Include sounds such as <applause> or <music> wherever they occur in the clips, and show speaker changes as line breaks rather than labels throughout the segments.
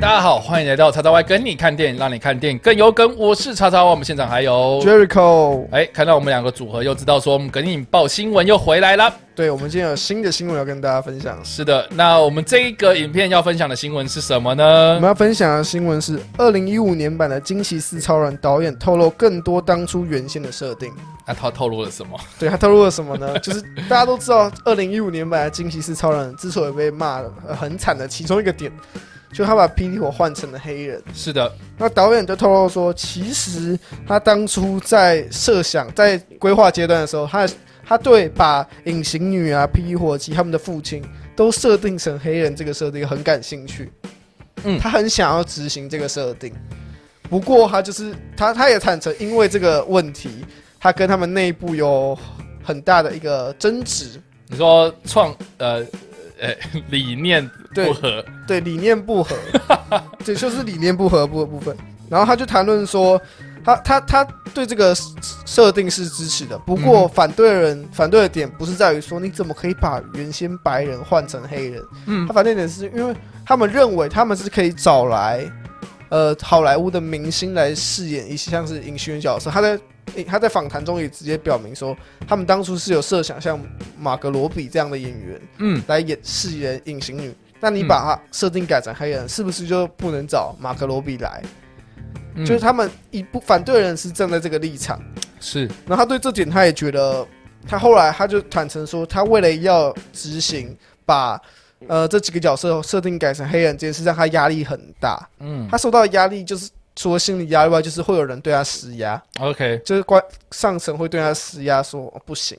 大家好，欢迎来到叉叉 Y 跟你看电影，让你看电影更有梗。我是叉叉 Y，我们现场还有
Jericho，
哎，看到我们两个组合，又知道说我们梗影报新闻又回来了。
对我们今天有新的新闻要跟大家分享。
是的，那我们这一个影片要分享的新闻是什么
我
呢
们？要分享的新闻是，二零一五年版的《惊奇四超人》导演透露更多当初原先的设定。
那他啊透露了什么？
对他透露了什么呢？就是大家都知道，二零一五年版的《惊奇四超人》之所以被骂得呃很惨的其中一个点，就他把霹雳火换成了黑人。
是的，
那导演就透露说，其实他当初在设想、在规划阶段的时候，他他对把隐形女啊、霹雳火鸡他们的父亲都设定成黑人这个设定很感兴趣，
嗯
他很想要执行这个设定。不过他就是他，他也坦诚，因为这个问题，他跟他们内部有很大的一个争执，
你说创呃呃理念不
对
合，
对，理念不合， <laughs> 对，就是理念不合部的部分。然后他就谈论说，他他他对这个设设定是支持的，不过
嗯
反对人、反对的点不是在于说你怎么可以把原先白人换成黑人，
嗯
他反对点是因为他们认为他们是可以找来，呃，好莱坞的明星来饰演一些像是隐形人角色。他在他在访谈中也直接表明说，他们当初是有设想像马格罗比这样的演员。
嗯，
来演饰演隐形女。那你把它设定改成黑人，是不是就不能找马格罗比来？
嗯
就是他们一部反对人是站在这个立场，
是
然后他对这点他也觉得，他后来他就坦诚说，他为了要执行把呃这几个角色设定改成黑人这件事，让他压力很大。
嗯
他受到的压力就是除了心理压力外，就是会有人对他施压。
，OK，
就是官上层会对他施压，说、哦不行，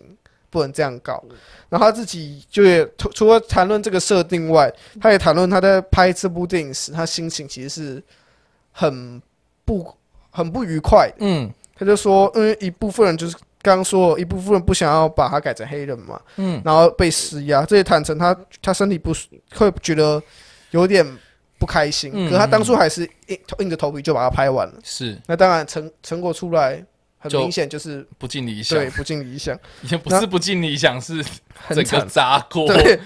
不能这样搞。
嗯
然后他自己就也除除了谈论这个设定外，他也谈论他在拍这部电影时，他心情其实是很不很不愉快的。
嗯
他就说，因为一部分人就是刚刚说，一部分人不想要把他改成黑人嘛，
嗯
然后被施压，这也坦诚他他身体不舒会觉得有点不开心。
嗯
可他当初还是硬硬着头皮就把它拍完了。
是
那当然成成果出来，很
就
明显就是
不尽理想，
对，不尽
<laughs>
理想，
也不是不尽理想，是整
很
个
惨。
砸锅。
对，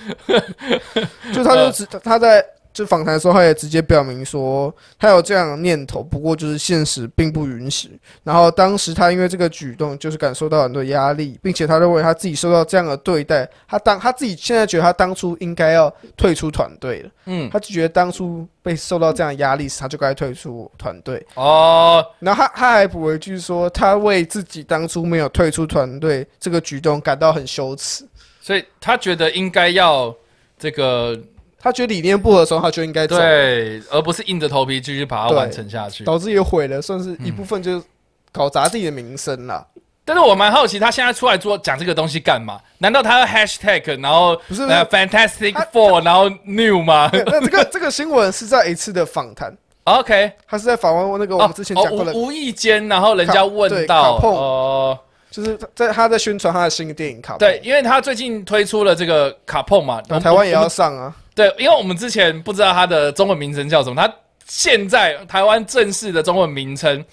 <laughs>
就他就直他在就访谈的时候，他也直接表明说他有这样的念头，不过就是现实并不允许。然后当时他因为这个举动，就是感受到很多压力，并且他认为他自己受到这样的对待，他当他自己现在觉得他当初应该要退出团队了，
嗯，
他就觉得当初被受到这样的压力时，他就该退出团队。
哦，
然后他他还补了一句说，他为自己当初没有退出团队这个举动感到很羞耻。
所以他觉得应该要这个
他觉得理念不合的时候，他就应该走，
对，而不是硬着头皮继续把它
对
完成下去。
导致也毁了，算是一部分就是搞砸自己的名声啦。
但是我蛮好奇，他现在出来做讲这个东西干嘛？难道他要 hashtag 然后
不是不是
呃 Fantastic
他
Four 然后 New 吗哦
对那这个 <laughs> 这个新闻是在一次的访谈，
？OK，
他是在访问那个我
哦
们之前
哦
讲过的，
无无意间，然后人家
卡
问
对
到
卡碰
哦，
就是在他在宣传他的新电影卡。
对，，因为他最近推出了这个卡碰嘛，我
那
们
台湾也
我
要
们
上啊。
对，因为我们之前不知道它的中文名称叫什么，它现在台湾正式的中文名称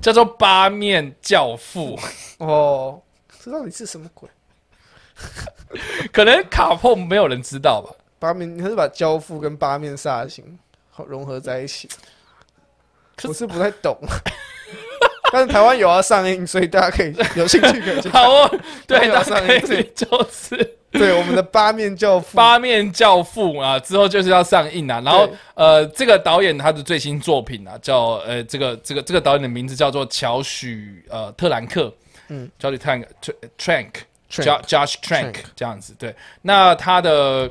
叫做八面教父。
哦，这到底是什么鬼？
可能卡碰没有人知道吧？
八面，你是把交付跟八面煞星 <laughs> 好融合在一起，
可是
我是不太懂。 <laughs> 但是台湾有要上映，所以大家可以有兴
<laughs>
趣可以去看。
好
<laughs>
哦，对，
没有
那
上
可
映这
以就是
对，我们的八面教父，
八面教父啊，之后就是要上映啊。然后
对
呃，这个导演他的最新作品啊，叫呃这个这个这个导演的名字叫做乔许呃特兰克，嗯
嗯，
乔许特兰克 Trank。
Trank
Jo- Josh Trank
Trank
这样子，对。那他的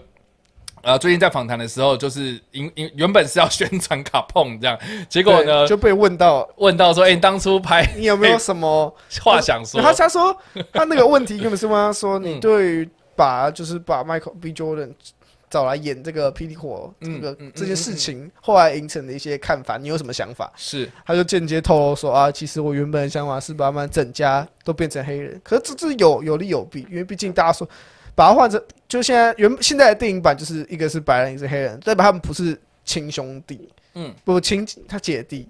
呃，最近在访谈的时候，就是因因原本是要宣传卡碰这样，结果呢
对就被问到
问到说，哎、你当初拍
你有没有什么
<laughs> 话想哎说嗯
然？后他说他那个问题根本是问他说，你对于把就是把 Michael B. Jordan 找来演这个霹雳火这
嗯
个
嗯嗯
这件事情，后来影成的一些看法，你有什么想法？
是
他就间接透露说啊，其实我原本的想法是把他们整家都变成黑人，可是这这有有利有弊，因为毕竟大家说把它换成就现在原现在的电影版就是一个是白人，一个是黑人，代表他们不是亲兄弟，
嗯，
不亲他姐弟，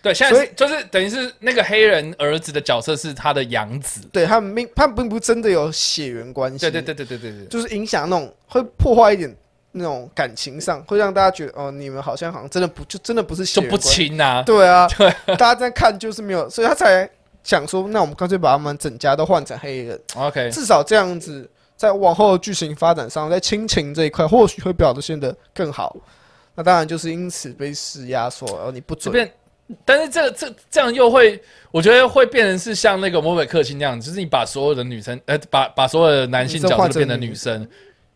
对，现在
所
是就是等于是那个黑人儿子的角色是他的养子，
对他们并他们并不是真的有血缘关系，
对对对对对对对，
就是影响那种会破坏一点那种感情上，会让大家觉得哦，你们好像好像真的不就真的不是血
就
缘
不
关系
亲 <laughs> 呐、
对啊，对，大家在看就是没有，所以他才想说，那我们干脆把他们整家都换成黑人，
OK，
至少这样子，在往后的剧情发展上，在亲情这一块或许会表现得更好。那当然就是因此被施压说，哦，你不
这
准。
边，但是这这这样又会，我觉得会变成是像那个魔鬼克星那样，就是你把所有的女生，呃，把把所有的男性
女生
角色
换
都
成
变成
女
女生，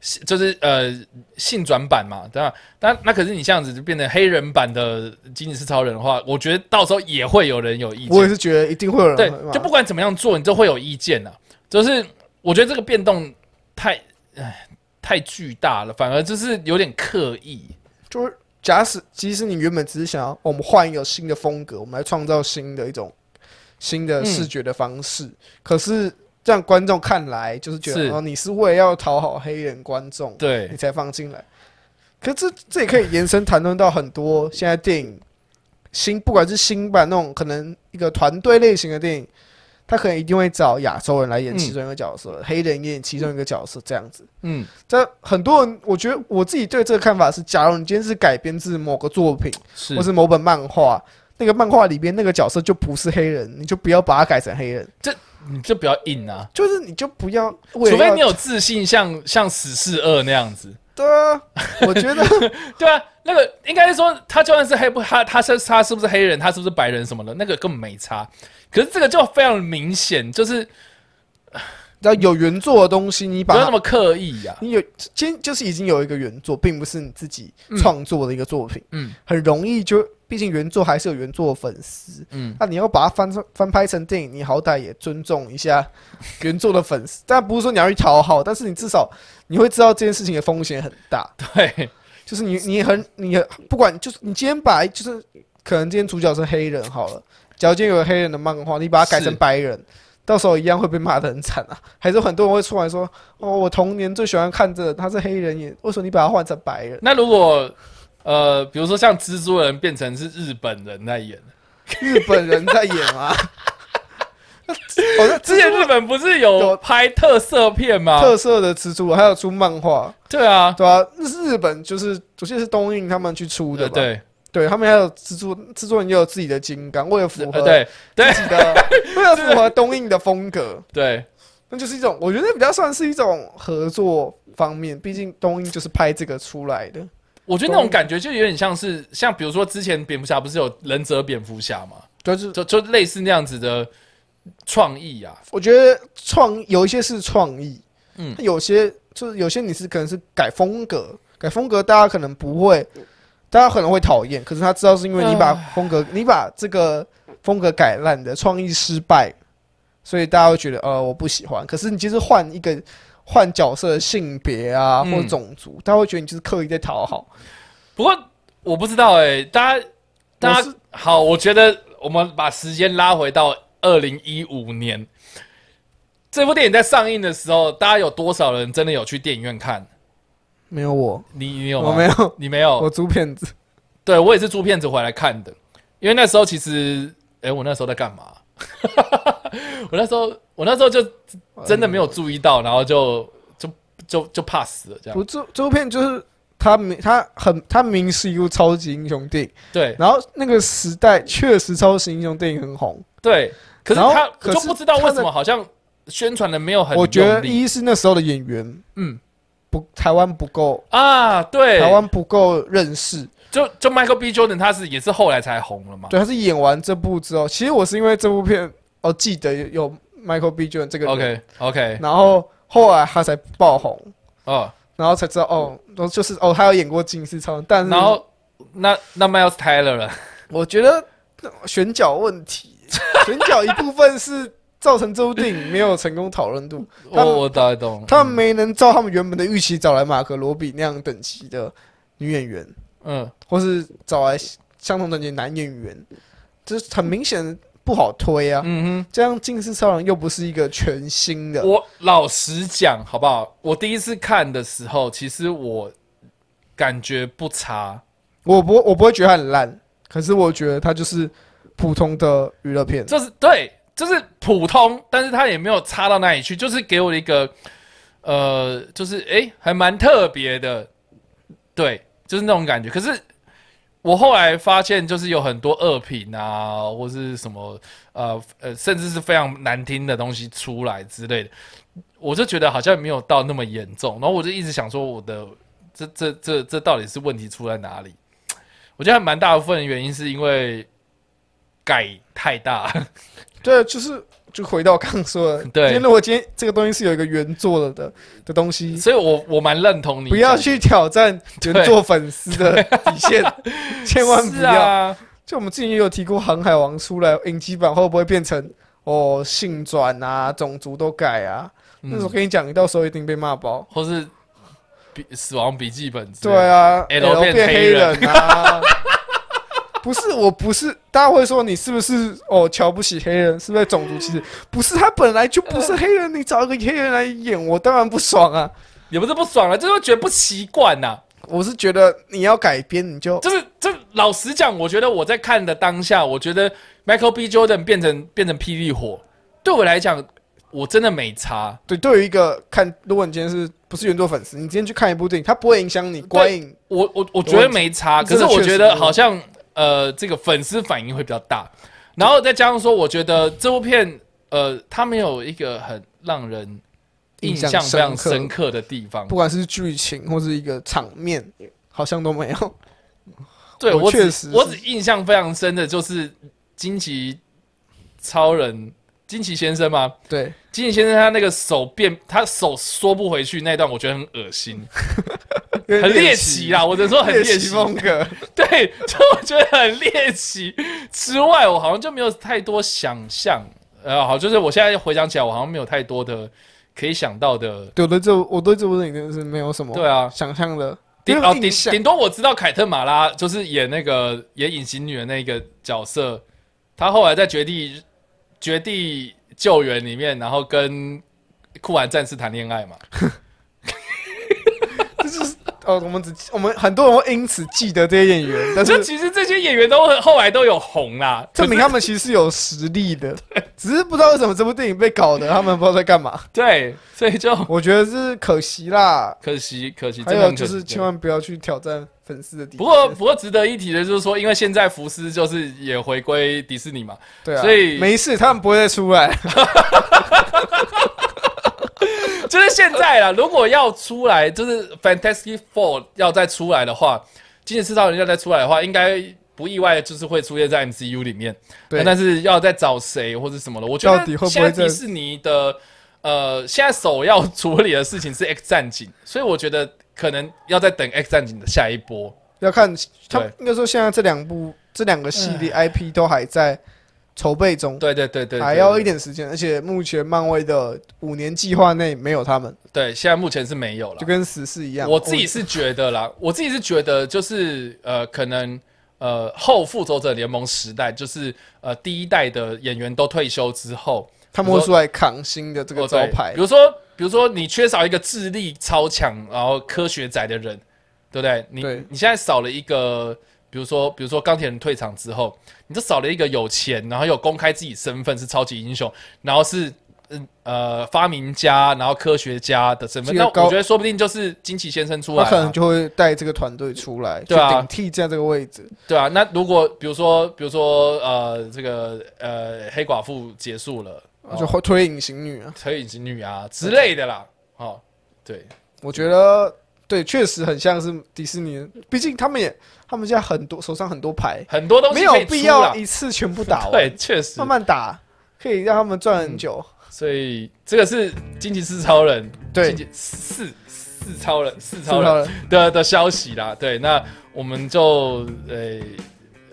是就是呃性转版嘛，对吧？但那可是你这样子就变成黑人版的仅仅是超人的话，我觉得到时候也会有人有意
我也
见，
是觉得一定会有人
对
会，骂
就不管怎么样做，你都会有意见呐、就是我觉得这个变动太，唉，太巨大了，反而就是有点刻意。
就是假使即使你原本只是想要、哦我们换一个新的风格，我们来创造新的一种新的
嗯
视觉的方式，可是让观众看来就是觉
是
得哦，你是为了要讨好黑人观众，
对
你，才放进来。可这这也可以延伸谈论到很多现在电影新，不管是新版那种可能一个团队类型的电影，他可能一定会找亚洲人来演其中一个角色，黑人演其中一个角色这样子。
嗯，
这很多人，我觉得我自己对这个看法是：假如你今天是改编自某个作品
是
或是某本漫画，那个漫画里边那个角色就不是黑人，你就不要把它改成黑人，
你就不要硬啊。
就是你就不要为
除
了要
非你有自信像，像死侍二那样子，
对啊，我觉得 <laughs>
对啊，那个应该是说他就算是黑不他他是他是不是黑人，他是不是白人什么的，那个根本没差。可是这个就非常明显，就是
只要有原作的东西，你把
不要那
它
么刻意
<laughs>
啊。
你有今就是已经有一个原作，并不是你自己创作的一个作品，
嗯
很容易就，毕竟原作还是有原作的粉丝，
嗯，
那你要把它翻成翻拍成电影，你好歹也尊重一
<laughs>
下原作的粉丝，但不是说你要去讨好，但是你至少你会知道这件事情的风险很大，
对，
就是你你很你很不管就是你今天把就是可能今天主角是黑人好了，假如今天有个黑人的漫画，你把它改成
是
白人。到时候一样会被骂得很惨啊！还是很多人会出来说：“哦，我童年最喜欢看这，他是黑人演，为什么你把他换成白人？
那如果呃，比如说像蜘蛛人变成是日本人在演，
日本人在演啊！” <laughs> 我说
之前日本不是有
有
拍特色片吗？
特色的蜘蛛，还有出漫画，
对啊，
对啊，那是日本就是我记得是东映他们去出
对
的吧？
对
对他们还有蜘蛛，制作人也有自己的金刚，为了符合
呃对对
自己 <laughs> 的，为了符合东映的风格，
对，
那就是一种我觉得比较算是一种合作方面，毕竟东映就是拍这个出来的。
我觉得那种感觉就有点像是像比如说之前蝙蝠侠不是有忍者蝙蝠侠吗？
就是
就就类似那样子的创意啊，
我觉得创有一些是创意，
嗯
嗯，有些就是有些你是可能是改风格，改风格大家可能不会，大家可能会讨厌，可是他知道是因为你把风格，你把这个风格改烂的创意失败，所以大家会觉得呃我不喜欢。可是你就是换一个换角色的性别啊
嗯
或种族，大家会觉得你就是刻意在讨好。
不过我不知道哎、大家大家
我是
好，我觉得我们把时间拉回到二零一五年，这部电影在上映的时候，大家有多少人真的有去电影院看？
没有我，
你你有吗？哦
我没，有，
你没有
我。猪骗子。
对我也是租片子回来看的，因为那时候其实，哎、我那时候在干嘛？ <laughs> 我那时候我那时候就真的没有注意到，然后就就就就 pass 了这
不，
样。
这这部片就是他明他很他明是一部超级英雄电影。
对
然后那个时代确实超级英雄电影很红，
对，可是
然后
他
可
就是不知道为
他
什
的
么好像宣传的没有很
我觉
用
得
力
一是那时候的演员
嗯
不台湾不够，
啊，对，
台湾不够认识。
就就 Michael B Jordan 他是也是后来才红了嘛。
对，他是演完这部之后，其实我是因为这部片哦记得有 Michael B. Jordan 这个人
OK OK
然后后来他才爆红，
哦，
然后才知道哦，哦就是哦他有演过《金丝超人》，但是
然后那那 Miles Tyler 了，
我觉得选角
<laughs>
问题，选角一部分是造成这部电影没有成功讨论度，他们
我我大概懂。
他们没能照他们原本的预期找来马格罗比那样等级的女演员，
嗯
或是找来相同等级的男演员，这很明显不好推啊。
嗯哼。
这样《近似超人》又不是一个全新的，
我老实讲，好不好？我第一次看的时候，其实我感觉不差。
我不我不会觉得它很烂，可是我觉得它就是普通的娱乐片。
就是对，就是普通，但是它也没有差到哪里去，就是给我一个呃，就是诶，还蛮特别的对，就是那种感觉。可是我后来发现，就是有很多恶评啊，或是什么呃呃，甚至是非常难听的东西出来之类的，我就觉得好像没有到那么严重。然后我就一直想说，我的这这这这到底是问题出在哪里？我觉得还蛮大部分的原因是因为改太大，
对，就是就回到刚刚说的，
<laughs> 对
今天如果今天这个东西是有一个原作了的的东西，
所以我我蛮认同你
不要
讲
去挑战原作粉丝的
<laughs>
底线，
啊
千万不
是
要。
啊，
就我们之前也有提过，《航海王》出来影集版会不会变成哦性转啊、种族都改啊？那时候
嗯，
跟你讲，你到时候一定被骂爆。
或是笔死亡笔记本之类
对
的，
啊
L
变
变
黑
黑人
人啊。 <laughs> 不是，我不是，大家会说你是不是哦瞧不起黑人，是不是种族歧视？不是，他本来就不是黑人，你找一个黑人来演，我当然不爽啊。
也不是不爽啊了，就是会觉得不习惯呐。
我是觉得你要改编，你就
就是这老实讲，我觉得我在看的当下，我觉得 Michael B. Jordan 变成变成霹雳火，对我来讲，我真的没差。
对。对于一个看，如果你今天是不是原作粉丝，你今天去看一部电影，它不会影响你观影。
我我我觉得没差，
这
可
个
是我
确
觉
实没
得
有
好像呃，这个粉丝反应会比较大，然后再加上说，我觉得这部片呃，它没有一个很让人印
印象
象非常
深刻
深刻的地方
不。管是剧情或是一个场面，好像都没
<laughs>
有。
对
我
我
确
只
实
我
是
只印象非常深的就是惊奇超人惊奇先生吗？
对，
金井先生他那个手变，他手缩不回去那一段，我觉得很恶心，
<laughs> 很
很猎奇啦。，我只能说很
猎
猎
奇
奇。
风格。
<laughs> 对，就我觉得很猎奇之外，我好像就没有太多想象。呃，好，就是我现在回想起来，我好像没有太多的可以想到的。
对我对这我对这部电影真的是没有什么
对啊，
想象的，没
顶哦
有
顶
印象。
顶多我知道凯特马拉就是演那个演隐形女的那个角色，她后来在《绝地绝地救援》里面，然后跟酷玩战士谈恋爱嘛。
哦，我们只我们很多人会因此记得这些演员，
<laughs>
但
就是其实这些演员都很后来都有红啦，
证明他们其实是有实力的，只是不知道为什么这部电影被搞的，他们不知道在干嘛。
对，所以就
我觉得是可惜啦。
可惜可惜，
还
真的
有
很可
就
惜
是千万不要去挑战粉丝的底线。
不过不过值得一提的就是说，因为现在福斯就是也回归迪士尼嘛，
对啊，
所以
没事，他们不会再出来。
就是现在啦，如果要出来，就是 Fantastic Four 要再出来的话，今年四超人要再出来的话，应该不意外，就是会出现在 MCU 里面。
对
但是要再找谁或者什么的，我觉
到底
得
会不会
现在
再
迪士尼的呃，现在首要处理的事情是 X 战警，所以我觉得可能要再等 X 战警的下一波。
要看他们
对
应该说现在这两部这两个系列 IP 都还在筹备中，
对对对对对
还要一点时间，而且目前漫威的五年计划内没有他们，
对，现在目前是没有了
就。跟死侍一样。哦
我自己是觉得啦，我自己是觉得就是呃，可能呃后复仇者联盟时代，就是呃第一代的演员都退休之后，
他们会出来扛新的这个
哦
招
对
牌
比，如说比如说你缺少一个智力超强然后科学宅的人，对不对？你
对
你现在少了一个。比如说，比如说钢铁人退场之后，你就少了一个有钱，然后有公开自己身份是超级英雄，然后是嗯呃发明家，然后科学家的身份。
这个
那
高
我觉得说不定就是惊奇先生出来
他
啊，
可能就会带这个团队出来，去
对啊
顶替这样这个位置。
对啊，那如果比如说，比如说，呃，这个呃，黑寡妇结束了，
就
哦、
会推隐形女啊，
推隐形女啊之类的啦，哦，对，
我觉得对，确实很像是迪士尼，毕竟他们也他们现在很多手上很多牌，
很多东西
没有
可以
必
出
要
啦
一次全部打
<laughs>
完，
对，确实
慢，慢打，可以让他们赚很久。
所以这个是惊奇四超人，
对
惊奇四四超人，四
知道
超人
了。
的的消息啦，对，那我们就呃，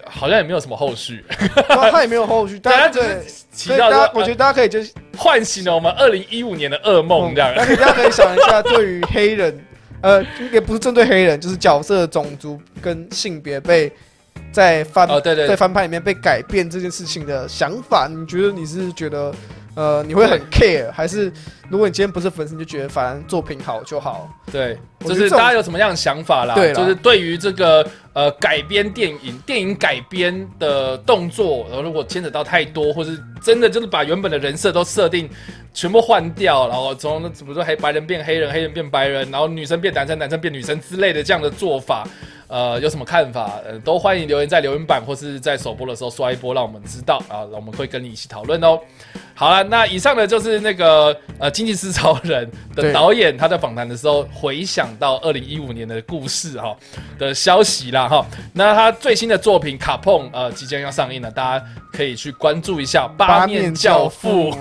好像也没有什么后续，
然后他也没有后续，
<laughs>
大
大
家
家只
对，
是
所
提
以
到
大
说
家，我觉得大家可以就是
呃唤醒了我们二零一五年的噩梦这样。
大家大家可以想一下，对于黑人，呃，也不是针对黑人，就是角色、种族跟性别被在翻
哦，对对
在翻拍里面被改变这件事情的想法，你觉得你是觉得呃你会很 care，还是如果你今天不是粉丝，你就觉得反正作品好就好？
对，
我
就
觉得这
是
种
大家有什么样的想法啦？
对啦
就是对于这个呃改编电影、电影改编的动作，然后如果牵扯到太多，或是真的就是把原本的人设都设定全部换掉，然后从怎么说黑白人变黑人，黑人变白人，然后女生变男生，男生变女生之类的这样的做法，呃，有什么看法？呃，都欢迎留言在留言板或是在首播的时候刷一波，让我们知道啊，我们会跟你一起讨论哦。好了，那以上呢就是那个呃《经济制超人》的
对
导演他在访谈的时候回想到二零一五年的故事哈、的消息啦哈。那他最新的作品《卡碰》呃即将要上映了，大家可以去关注一下《八面教父》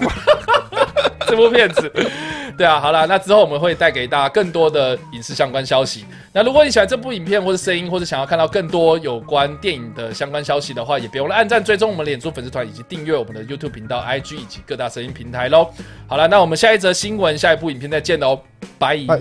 <laughs> 这部片子。 <laughs> 对啊，好啦，那之后我们会带给大家更多的影视相关消息。那如果你喜欢这部影片或者声音，或者想要看到更多有关电影的相关消息的话，也别忘了按赞、追踪我们脸书粉丝团以及订阅我们的 YouTube 频道、IG 以及哦
呃
各大声音平台喽。好了，那我们下一则新闻、下一部影片再见喽，拜。
拜。